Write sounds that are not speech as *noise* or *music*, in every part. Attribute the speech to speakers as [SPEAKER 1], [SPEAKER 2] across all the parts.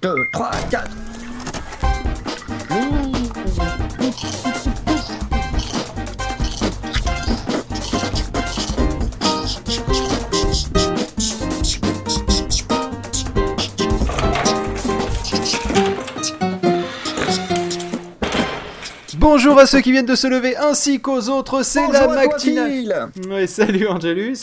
[SPEAKER 1] 2, 3, 4.
[SPEAKER 2] Bonjour à ceux qui viennent de se lever ainsi qu'aux autres, c'est la matinale. Ouais, salut Angelus.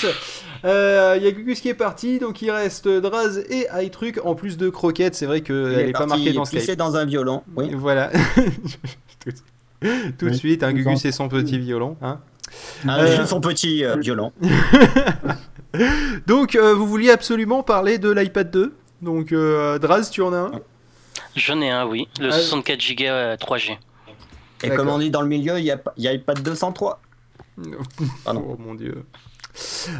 [SPEAKER 2] Euh, Il y a Gugus qui est parti, donc il reste Draz et Truc en plus de Croquette. C'est vrai qu'elle n'est pas marquée dans Skype.
[SPEAKER 1] C'est dans un violon. Oui.
[SPEAKER 2] Voilà. *laughs* tout tout de
[SPEAKER 3] Oui,
[SPEAKER 2] suite, un
[SPEAKER 3] tout
[SPEAKER 2] Gugus et son petit violon. hein.
[SPEAKER 1] Ah,
[SPEAKER 2] Euh,
[SPEAKER 1] j'ai Son petit euh, violon.
[SPEAKER 2] Donc, euh, vous vouliez absolument parler de l'iPad 2. Donc, euh, Draz, tu en as un
[SPEAKER 4] J'en ai un, oui. Le
[SPEAKER 2] Ah.
[SPEAKER 4] 64 Go euh, 3G.
[SPEAKER 1] Et
[SPEAKER 2] D'accord.
[SPEAKER 1] comme on dit dans le milieu, il n'y a, pas- il y a pas de 203. Pardon.
[SPEAKER 2] Oh mon dieu.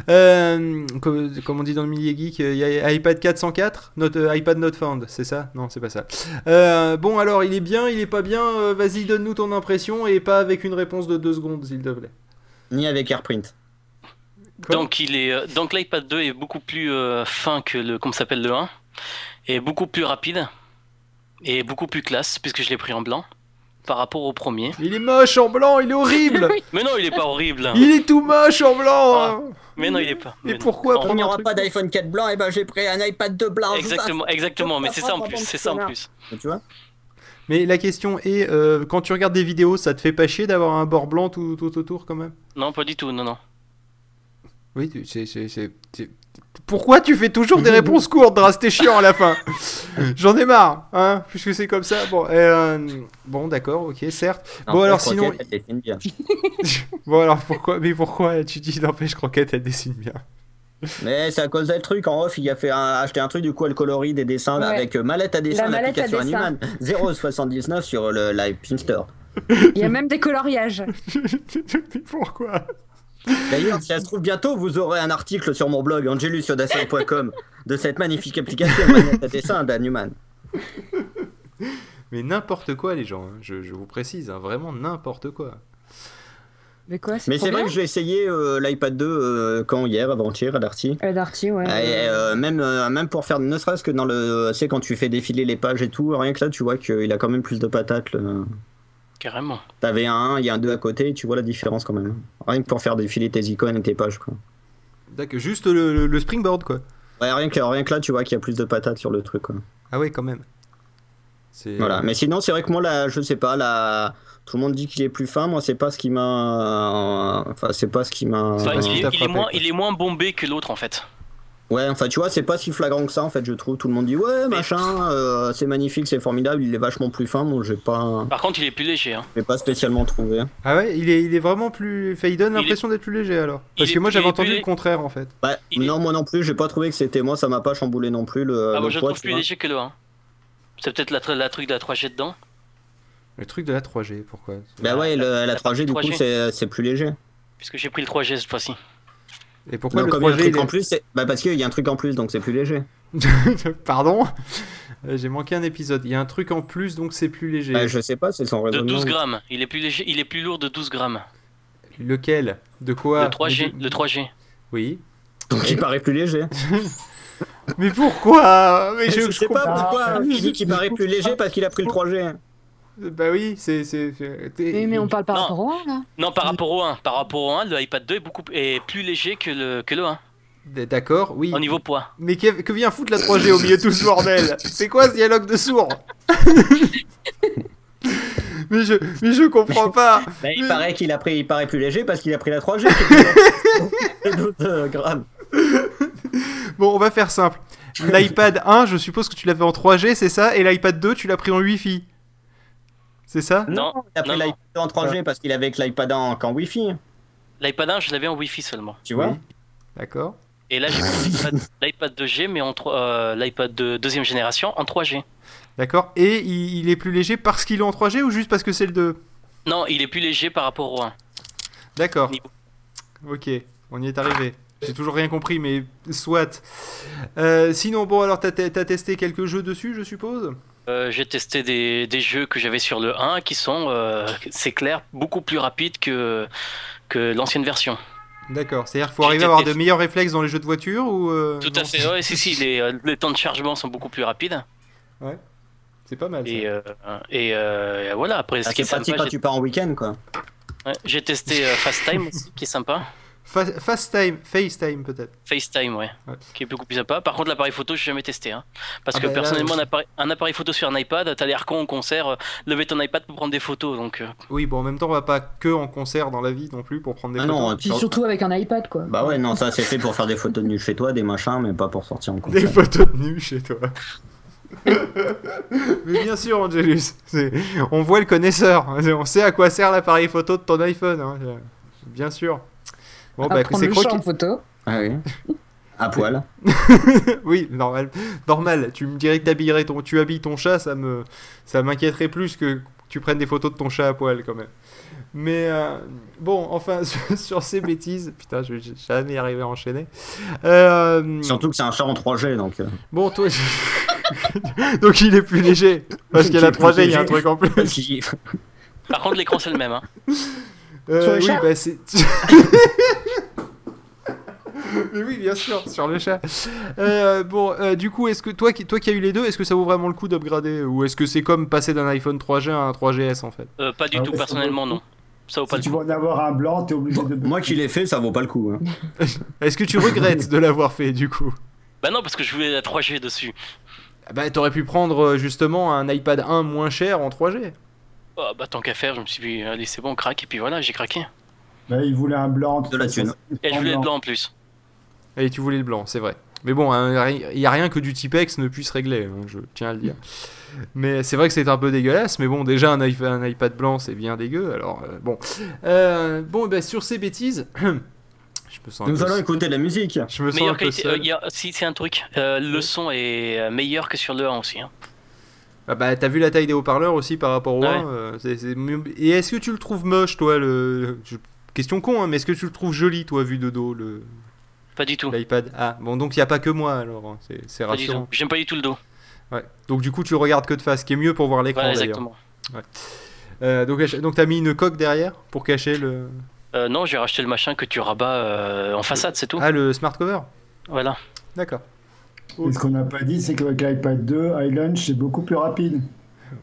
[SPEAKER 2] Euh, comme, comme on dit dans le milieu geek, euh, il y a iPad 404, note, euh, iPad not found, c'est ça Non, c'est pas ça. Euh, bon, alors, il est bien, il est pas bien, euh, vas-y, donne-nous ton impression et pas avec une réponse de 2 secondes, s'il te plaît.
[SPEAKER 1] Ni avec AirPrint.
[SPEAKER 2] Quoi
[SPEAKER 4] donc il est, euh, donc l'iPad 2 est beaucoup plus euh, fin que le, comme s'appelle le 1, et beaucoup plus rapide et beaucoup plus classe puisque je l'ai pris en blanc par rapport au premier.
[SPEAKER 2] Il est moche en blanc, il est horrible
[SPEAKER 4] Mais non, il est pas horrible.
[SPEAKER 2] Il est tout moche en blanc
[SPEAKER 4] Ah,
[SPEAKER 2] hein.
[SPEAKER 4] Mais non, il est pas.
[SPEAKER 2] Et
[SPEAKER 4] mais non.
[SPEAKER 2] pourquoi
[SPEAKER 4] Oh,
[SPEAKER 1] Comme il n'y
[SPEAKER 2] prendre un
[SPEAKER 1] aura
[SPEAKER 2] truc-
[SPEAKER 1] pas d'iPhone 4 blanc, et ben j'ai pris un iPad 2 blanc.
[SPEAKER 4] *laughs* Exactement, exactement. Mais c'est ça en plus. C'est ça en plus.
[SPEAKER 1] Tu vois
[SPEAKER 2] Mais la question est, euh, quand tu regardes des vidéos, ça te fait pas chier d'avoir un bord blanc tout, tout autour quand même
[SPEAKER 4] Non, pas du tout. Non, non.
[SPEAKER 2] Oui, tu- c'est- c'est. c'est- c'est- Pourquoi tu fais toujours *laughs* des réponses courtes, Dras T'es chiant à la fin. J'en ai marre, hein, puisque c'est comme ça. Bon, euh, bon d'accord, ok, certes. *laughs* Bon, alors, sinon- Bon, alors pourquoi Mais pourquoi tu dis n'empêche Croquette, elle dessine bien *laughs*
[SPEAKER 1] Mais c'est à cause d'un truc. En off, il a fait un- acheté un truc, du coup, elle colorie des dessins
[SPEAKER 5] Ouais.
[SPEAKER 1] avec euh, mallette à dessin,
[SPEAKER 5] La mallette à
[SPEAKER 1] l'application
[SPEAKER 5] dessin.
[SPEAKER 1] Animan. 0,79 sur le Live Store.
[SPEAKER 5] Il y a même des coloriages.
[SPEAKER 2] Mais pourquoi
[SPEAKER 1] D'ailleurs, si ça se trouve bientôt, vous aurez un article sur mon blog angelusodacin.com de cette magnifique
[SPEAKER 5] *laughs*
[SPEAKER 1] application mallette à dessin Ben d'Animan.
[SPEAKER 2] Mais n'importe quoi, les gens, hein, je, je vous précise, hein, vraiment n'importe quoi.
[SPEAKER 5] Mais quoi
[SPEAKER 1] Mais
[SPEAKER 5] trop
[SPEAKER 1] c'est vrai
[SPEAKER 5] bien.
[SPEAKER 1] que j'ai essayé euh, l'iPad 2 euh, quand hier, avant-hier, à Darty.
[SPEAKER 5] Euh, Darty, ouais.
[SPEAKER 1] Et, euh, même, euh, même pour faire, ne serait-ce que dans le. Tu sais, quand tu fais défiler les pages et tout, rien que là, tu vois qu'il a quand même plus de patates. le-
[SPEAKER 4] Carrément.
[SPEAKER 1] T'avais un 1, il y a un 2 à côté, et tu vois la différence quand même. Rien que pour faire défiler tes icônes et tes pages. Quoi.
[SPEAKER 2] D'accord, juste le, le- le springboard, quoi.
[SPEAKER 1] Ouais, rien, que, rien que là, tu vois qu'il y a plus de patates sur le truc. Quoi.
[SPEAKER 2] Ah ouais, quand même. C'est- euh,
[SPEAKER 1] Voilà. Mais sinon, c'est vrai que moi, là, je sais pas, là. Tout le monde dit qu'il est plus fin, moi c'est pas ce qui m'a. euh, Enfin, c'est pas ce qui m'a.
[SPEAKER 4] Enfin,
[SPEAKER 2] pas ce
[SPEAKER 4] il,
[SPEAKER 2] qui
[SPEAKER 4] est-
[SPEAKER 2] t'a
[SPEAKER 4] il est
[SPEAKER 2] frappé,
[SPEAKER 4] moins,
[SPEAKER 2] quoi.
[SPEAKER 4] il est moins bombé que l'autre en fait.
[SPEAKER 1] Ouais, enfin tu vois, c'est pas si flagrant que ça en fait, je trouve. Tout le monde dit ouais, machin, euh, c'est magnifique, c'est formidable, il est vachement plus fin. Moi, j'ai pas,
[SPEAKER 4] Par contre, il est plus léger. hein.
[SPEAKER 1] j'ai pas spécialement trouvé.
[SPEAKER 2] Ah ouais, il est, il est vraiment plus. Enfin, il donne
[SPEAKER 4] Il est-
[SPEAKER 2] l'impression d'être plus léger alors.
[SPEAKER 4] Il
[SPEAKER 2] Parce
[SPEAKER 4] est-
[SPEAKER 2] que moi,
[SPEAKER 4] il
[SPEAKER 2] j'avais
[SPEAKER 4] est
[SPEAKER 2] entendu
[SPEAKER 4] plus-
[SPEAKER 2] le contraire en fait.
[SPEAKER 1] Bah,
[SPEAKER 4] Il est-
[SPEAKER 1] non, moi non plus, j'ai pas trouvé que c'était moi, ça m'a pas chamboulé non plus
[SPEAKER 2] Euh,
[SPEAKER 1] le.
[SPEAKER 4] Ah,
[SPEAKER 1] le
[SPEAKER 4] moi, je le
[SPEAKER 1] poids,
[SPEAKER 4] trouve
[SPEAKER 1] tu
[SPEAKER 4] plus
[SPEAKER 1] vois.
[SPEAKER 4] léger que le 1. C'est peut-être la, tra- la truc de la 3G dedans.
[SPEAKER 2] Le truc de la 3G, pourquoi
[SPEAKER 1] Bah ouais, le- la
[SPEAKER 4] La
[SPEAKER 1] trajet du coup,
[SPEAKER 4] 3G.
[SPEAKER 1] c'est c'est plus léger.
[SPEAKER 4] Puisque j'ai pris le 3G cette fois-ci.
[SPEAKER 2] Et pourquoi
[SPEAKER 1] Donc,
[SPEAKER 2] le
[SPEAKER 1] comme il y a un
[SPEAKER 2] 3G
[SPEAKER 1] truc
[SPEAKER 2] il est-
[SPEAKER 1] en plus, c'est- bah parce qu'il y a un truc en plus, donc c'est plus léger.
[SPEAKER 2] *laughs* Pardon Euh, J'ai manqué un épisode. Il y a un truc en plus, donc c'est plus léger.
[SPEAKER 1] Bah, je sais pas, c'est son
[SPEAKER 4] De
[SPEAKER 1] raisonnement.
[SPEAKER 4] 12 grammes. Il est plus léger, il est plus lourd de 12 grammes.
[SPEAKER 2] Lequel De quoi
[SPEAKER 4] le 3G,
[SPEAKER 2] Mais-
[SPEAKER 4] le 3G.
[SPEAKER 2] Oui.
[SPEAKER 1] Donc il paraît plus léger.
[SPEAKER 2] Mais pourquoi Mais
[SPEAKER 1] je,
[SPEAKER 2] je, je
[SPEAKER 1] sais pas
[SPEAKER 2] comprends-
[SPEAKER 1] pourquoi il dit qu'il paraît plus léger parce qu'il a pris le hein. 3G.
[SPEAKER 2] Bah oui, c'est. c'est- c'est-
[SPEAKER 5] Mais, mais on parle par
[SPEAKER 4] Non.
[SPEAKER 5] rapport au 1, là.
[SPEAKER 4] Non, par rapport au 1, par rapport au 1, le iPad 2 est beaucoup est plus léger que le que le 1
[SPEAKER 2] D'accord, oui.
[SPEAKER 4] au niveau poids.
[SPEAKER 2] Mais que, que vient foutre la 3G au milieu de tout ce bordel C'est quoi ce dialogue de sourd *laughs* mais, je, mais je comprends pas
[SPEAKER 1] Bah, il
[SPEAKER 2] Mais-
[SPEAKER 1] paraît qu'il a pris, il paraît plus léger parce qu'il a pris la *laughs* 3G. 12 grammes.
[SPEAKER 2] Bon, on va faire simple. L'iPad 1, je suppose que tu l'avais en 3G, c'est ça Et l'iPad 2, tu l'as pris en Wi-Fi C'est ça
[SPEAKER 4] Non,
[SPEAKER 1] T'as pris
[SPEAKER 4] non, non.
[SPEAKER 1] l'iPad en 3G parce qu'il avait que l'iPad en, qu'en Wi-Fi,
[SPEAKER 4] L'iPad 1, je l'avais en Wi-Fi seulement.
[SPEAKER 1] tu vois.
[SPEAKER 2] Oui. D'accord.
[SPEAKER 4] Et là, j'ai pris
[SPEAKER 2] *laughs*
[SPEAKER 4] l'iPad- l'iPad 2G, mais en trois- euh, l'iPad de deuxième génération en 3G.
[SPEAKER 2] D'accord. Et il, il est plus léger parce qu'il est en 3G ou juste parce que c'est le 2
[SPEAKER 4] Non, il est plus léger par rapport au 1.
[SPEAKER 2] D'accord. Ok, on y est arrivé. J'ai toujours rien compris, mais soit. Euh, sinon, bon, alors t'as t'as testé quelques jeux dessus, je suppose
[SPEAKER 4] Euh, j'ai testé des, des jeux que j'avais sur le 1 qui sont, euh, c'est clair, beaucoup plus rapides que, que l'ancienne version.
[SPEAKER 2] D'accord. C'est-à-dire qu'il faut
[SPEAKER 4] J'ai
[SPEAKER 2] arriver à avoir de
[SPEAKER 4] testé-
[SPEAKER 2] meilleurs réflexes dans les jeux de voiture ou euh,
[SPEAKER 4] Tout
[SPEAKER 2] non
[SPEAKER 4] à fait, ouais, si, si, les, euh, les temps de chargement sont beaucoup plus rapides.
[SPEAKER 2] C'est pas mal. ça.
[SPEAKER 4] Et, euh, et euh, voilà, après, ce
[SPEAKER 1] Ah,
[SPEAKER 4] qui est
[SPEAKER 1] C'est pratique
[SPEAKER 4] sympa,
[SPEAKER 1] quand
[SPEAKER 4] j'ai-
[SPEAKER 1] tu pars en week-end, quoi.
[SPEAKER 4] ouais, j'ai testé euh, FaceTime aussi, qui est sympa.
[SPEAKER 2] Fa- Fast time, FaceTime peut-être.
[SPEAKER 4] FaceTime, ouais,
[SPEAKER 2] Ouais.
[SPEAKER 4] qui est beaucoup plus sympa. Par contre, l'appareil photo, j'ai jamais testé. hein. Parce
[SPEAKER 2] Ah
[SPEAKER 4] que
[SPEAKER 2] bah là,
[SPEAKER 4] personnellement,
[SPEAKER 2] ouais.
[SPEAKER 4] un, appareil, un appareil photo sur un iPad, t'as l'air con au concert, euh, lever ton iPad pour prendre des photos. Donc, euh,
[SPEAKER 2] Oui, bon, en même temps, on va pas que en concert dans la vie non plus pour prendre des
[SPEAKER 1] Ah
[SPEAKER 2] photos.
[SPEAKER 1] non, euh,
[SPEAKER 5] Puis
[SPEAKER 1] sur-
[SPEAKER 5] surtout avec un iPad, quoi.
[SPEAKER 1] Bah ouais, non, ça c'est fait pour faire des photos de nu chez toi, des machins, mais pas pour sortir en
[SPEAKER 2] Des
[SPEAKER 1] concert.
[SPEAKER 2] photos de nu chez toi. *laughs* Mais bien sûr, Angelus, c'est- on voit le connaisseur. hein, On sait à quoi sert l'appareil photo de ton iPhone. hein, c'est- Bien sûr. Bon,
[SPEAKER 5] à
[SPEAKER 2] bah,
[SPEAKER 5] prendre
[SPEAKER 2] c'est
[SPEAKER 5] le champ
[SPEAKER 2] croqué.
[SPEAKER 5] en photo.
[SPEAKER 1] Ah oui. À poil.
[SPEAKER 2] Oui, normal. Normal. Tu me dirais que t'habillerais ton, tu habilles ton chat, ça me, ça m'inquiéterait plus que tu prennes des photos de ton chat à poil quand même. Mais euh, bon, enfin, *laughs* sur, sur ces bêtises, putain, je vais jamais arriver à enchaîner. Euh,
[SPEAKER 1] Surtout que c'est un chat en 3G, donc. *laughs* euh,
[SPEAKER 2] Bon, toi. *laughs* Donc il est plus léger. Parce qu'il a
[SPEAKER 1] Il est plus
[SPEAKER 2] 3G, il y a un
[SPEAKER 1] léger.
[SPEAKER 2] truc en plus.
[SPEAKER 1] si-
[SPEAKER 4] Par contre, l'écran, c'est le même. hein.
[SPEAKER 2] Euh,
[SPEAKER 5] Sur le
[SPEAKER 2] oui,
[SPEAKER 5] chat
[SPEAKER 2] bah c'est. *laughs* Mais oui, bien sûr, sur le chat. Euh, bon, euh, du coup, est-ce que toi qui, toi qui as eu les deux, est-ce que ça vaut vraiment le coup d'upgrader Ou est-ce que c'est comme passer d'un iPhone 3G à un 3GS en fait
[SPEAKER 4] Euh, pas du
[SPEAKER 3] Ah
[SPEAKER 4] tout,
[SPEAKER 3] ouais,
[SPEAKER 4] personnellement,
[SPEAKER 3] c'est
[SPEAKER 4] non. Ça vaut pas
[SPEAKER 3] Si
[SPEAKER 4] le
[SPEAKER 3] tu
[SPEAKER 4] coup.
[SPEAKER 3] veux en avoir un blanc, t'es obligé de.
[SPEAKER 1] Moi qui l'ai fait, ça vaut pas le coup. hein.
[SPEAKER 2] Est-ce que tu regrettes de l'avoir fait du coup
[SPEAKER 4] Bah non, parce que je voulais la 3G dessus.
[SPEAKER 2] Bah, t'aurais pu prendre euh, justement un iPad 1 moins cher en 3G.
[SPEAKER 4] Oh, bah tant qu'à faire, je me suis dit, allez, c'est bon, craque, et puis voilà, j'ai craqué.
[SPEAKER 3] Bah, il voulait un blanc.
[SPEAKER 1] De la thune.
[SPEAKER 4] Et je voulais le blanc en plus.
[SPEAKER 2] Et tu voulais le blanc, c'est vrai. Mais bon, hein, il n'y a rien que du Typex ne puisse régler, hein, je tiens à le dire. Mais c'est vrai que c'est un peu dégueulasse, mais bon, déjà un, iPhone- un iPad blanc, c'est bien dégueu, alors euh, bon. Euh, bon, bah, sur ces bêtises, *coughs* je me sens un
[SPEAKER 1] Nous
[SPEAKER 2] peu
[SPEAKER 1] allons
[SPEAKER 2] seul.
[SPEAKER 1] écouter de la musique.
[SPEAKER 2] Je me sens un
[SPEAKER 4] Meilleure
[SPEAKER 2] peu
[SPEAKER 4] qualité,
[SPEAKER 2] seul.
[SPEAKER 4] euh, y a- si c'est un truc, euh, le son est euh, meilleur que sur le 1 aussi. hein.
[SPEAKER 2] Ah bah, t'as vu la taille des haut-parleurs aussi par rapport au
[SPEAKER 4] Ouais.
[SPEAKER 2] 1 euh, c'est- c'est mieux- Et est-ce que tu le trouves moche, toi le... je- Question con, hein, mais est-ce que tu le trouves joli, toi, vu de dos, le-
[SPEAKER 4] Pas du tout.
[SPEAKER 2] l'iPad Ah, bon, donc il n'y a pas que moi, alors, hein, c'est- c'est
[SPEAKER 4] Pas du
[SPEAKER 2] rassurant.
[SPEAKER 4] tout. J'aime pas du tout le dos.
[SPEAKER 2] Ouais. Donc du coup, tu le regardes que de face, ce qui est mieux pour voir l'écran
[SPEAKER 4] Voilà,
[SPEAKER 2] d'ailleurs.
[SPEAKER 4] exactement.
[SPEAKER 2] Euh, donc ach- donc t'as mis une coque derrière pour cacher le
[SPEAKER 4] Euh, non, j'ai racheté le machin que tu rabats euh, en façade, c'est tout.
[SPEAKER 2] ah le smart cover.
[SPEAKER 4] Voilà.
[SPEAKER 2] D'accord.
[SPEAKER 3] Et ce qu'on n'a pas dit, c'est qu'avec l'iPad 2, iLunch c'est beaucoup plus rapide.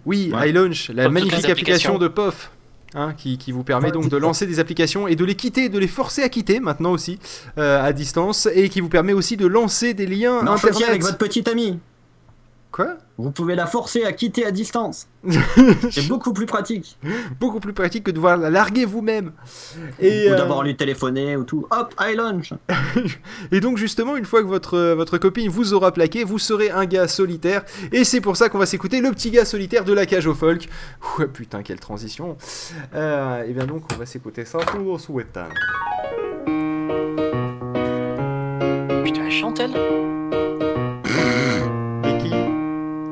[SPEAKER 2] Oui,
[SPEAKER 1] Ouais.
[SPEAKER 2] iLaunch, la
[SPEAKER 4] Comme toutes
[SPEAKER 2] magnifique
[SPEAKER 4] les
[SPEAKER 2] application
[SPEAKER 4] applications.
[SPEAKER 2] de POF. hein, qui, qui vous permet donc de lancer des applications et de les quitter, de les forcer à quitter maintenant aussi euh, à distance et qui vous permet aussi de lancer des liens
[SPEAKER 1] Non, je
[SPEAKER 2] internet.
[SPEAKER 1] tiens avec votre petite amie.
[SPEAKER 2] Quoi
[SPEAKER 1] Vous pouvez la forcer à quitter à
[SPEAKER 2] *laughs*
[SPEAKER 1] distance. c'est beaucoup plus pratique.
[SPEAKER 2] Beaucoup plus pratique que de devoir la larguer vous-même. Et,
[SPEAKER 1] Ou
[SPEAKER 2] euh,
[SPEAKER 1] d'avoir lui téléphoné ou tout. Hop, I launch.
[SPEAKER 2] Et donc justement, une fois que votre, euh, votre copine vous aura plaqué, vous serez un gars solitaire. Et c'est pour ça qu'on va s'écouter le petit gars solitaire de la cage au folk. Ouh, putain, quelle transition. Euh, et bien donc, on va s'écouter ça pour souhaitant.
[SPEAKER 4] Putain, elle chante, elle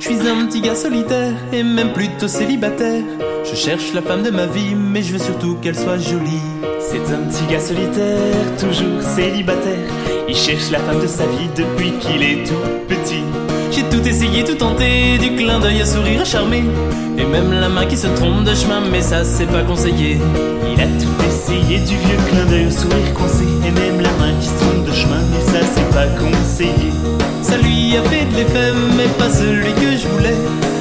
[SPEAKER 6] Je suis un petit gars solitaire et même plutôt célibataire. Je cherche la femme de ma vie, mais je veux surtout qu'elle soit jolie. C'est un petit gars solitaire, toujours célibataire. Il cherche la femme de sa vie depuis qu'il est tout petit. J'ai tout essayé, tout tenté, du clin d'œil à sourire charmé. Et même la main qui se trompe de chemin, mais ça c'est pas conseillé. Il a tout essayé, du vieux clin d'œil au sourire coincé. Et même la main qui se trompe de chemin, mais ça c'est pas conseillé. Ça lui a fait de l'effet, mais pas celui que je voulais.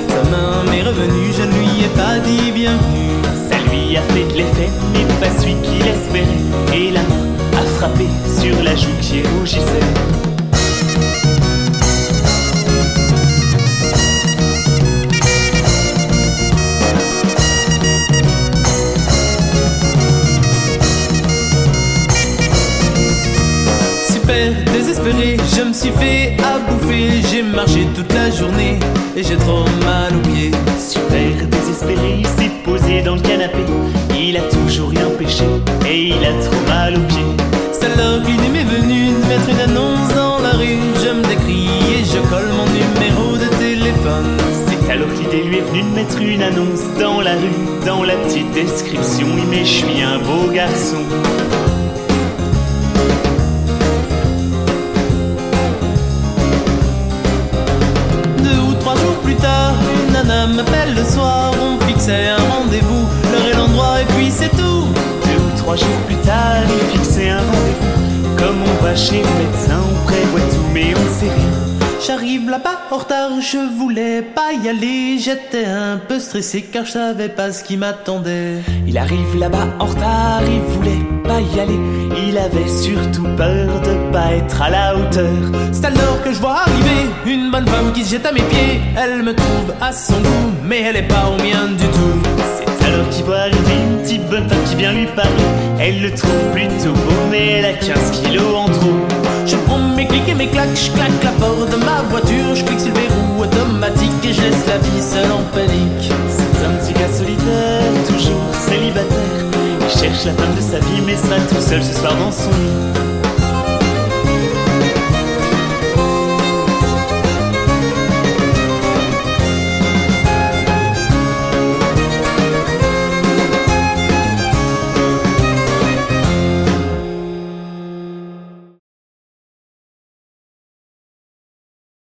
[SPEAKER 6] Sa main m'est revenue, je ne lui ai pas dit bienvenue. Ça lui a fait de l'effet, mais pas celui qu'il espérait. Et la main a frappé sur la joue qui rougissait. Super désespéré, je me suis fait à bouffer. J'ai marché toute la journée et j'ai trop mal aux pieds. Super désespéré, il s'est posé dans le canapé. Il a toujours rien pêché et il a trop mal aux pieds. Salope, l'idée m'est venue de mettre une annonce dans la rue. Je me décris et je colle mon numéro de téléphone. C'est alors que l'idée lui est venue de mettre une annonce dans la rue. Dans la petite description, oui, mais je suis un beau garçon. Deux ou trois jours plus tard, une nana m'appelle le soir. On fixait un rendez-vous, l'heure et l'endroit, et puis c'est tout. Deux ou trois jours plus tard, il fixait un rendez-vous. Comme on va chez le médecin, on prévoit tout, mais on sait rien. J'arrive là-bas en retard, je voulais pas y aller. J'étais un peu stressé car je savais pas ce qui m'attendait. Il arrive là-bas en retard, il voulait pas y aller. Il avait surtout peur de pas être à la hauteur. C'est alors que je vois arriver une bonne femme qui se jette à mes pieds. Elle me trouve à son goût, mais elle est pas au mien du tout. C'est alors qu'il voit arriver une petite bonne femme qui vient lui parler. Elle le trouve plutôt beau, mais elle a 15 kilos en trop. Je prends mes clics et mes claques, je claque la porte de ma voiture, je clique sur le verrou automatique et je laisse la vie seule en panique. C'est un petit gars solitaire, toujours célibataire. Il cherche la femme de sa vie mais sera tout seul ce soir dans son lit.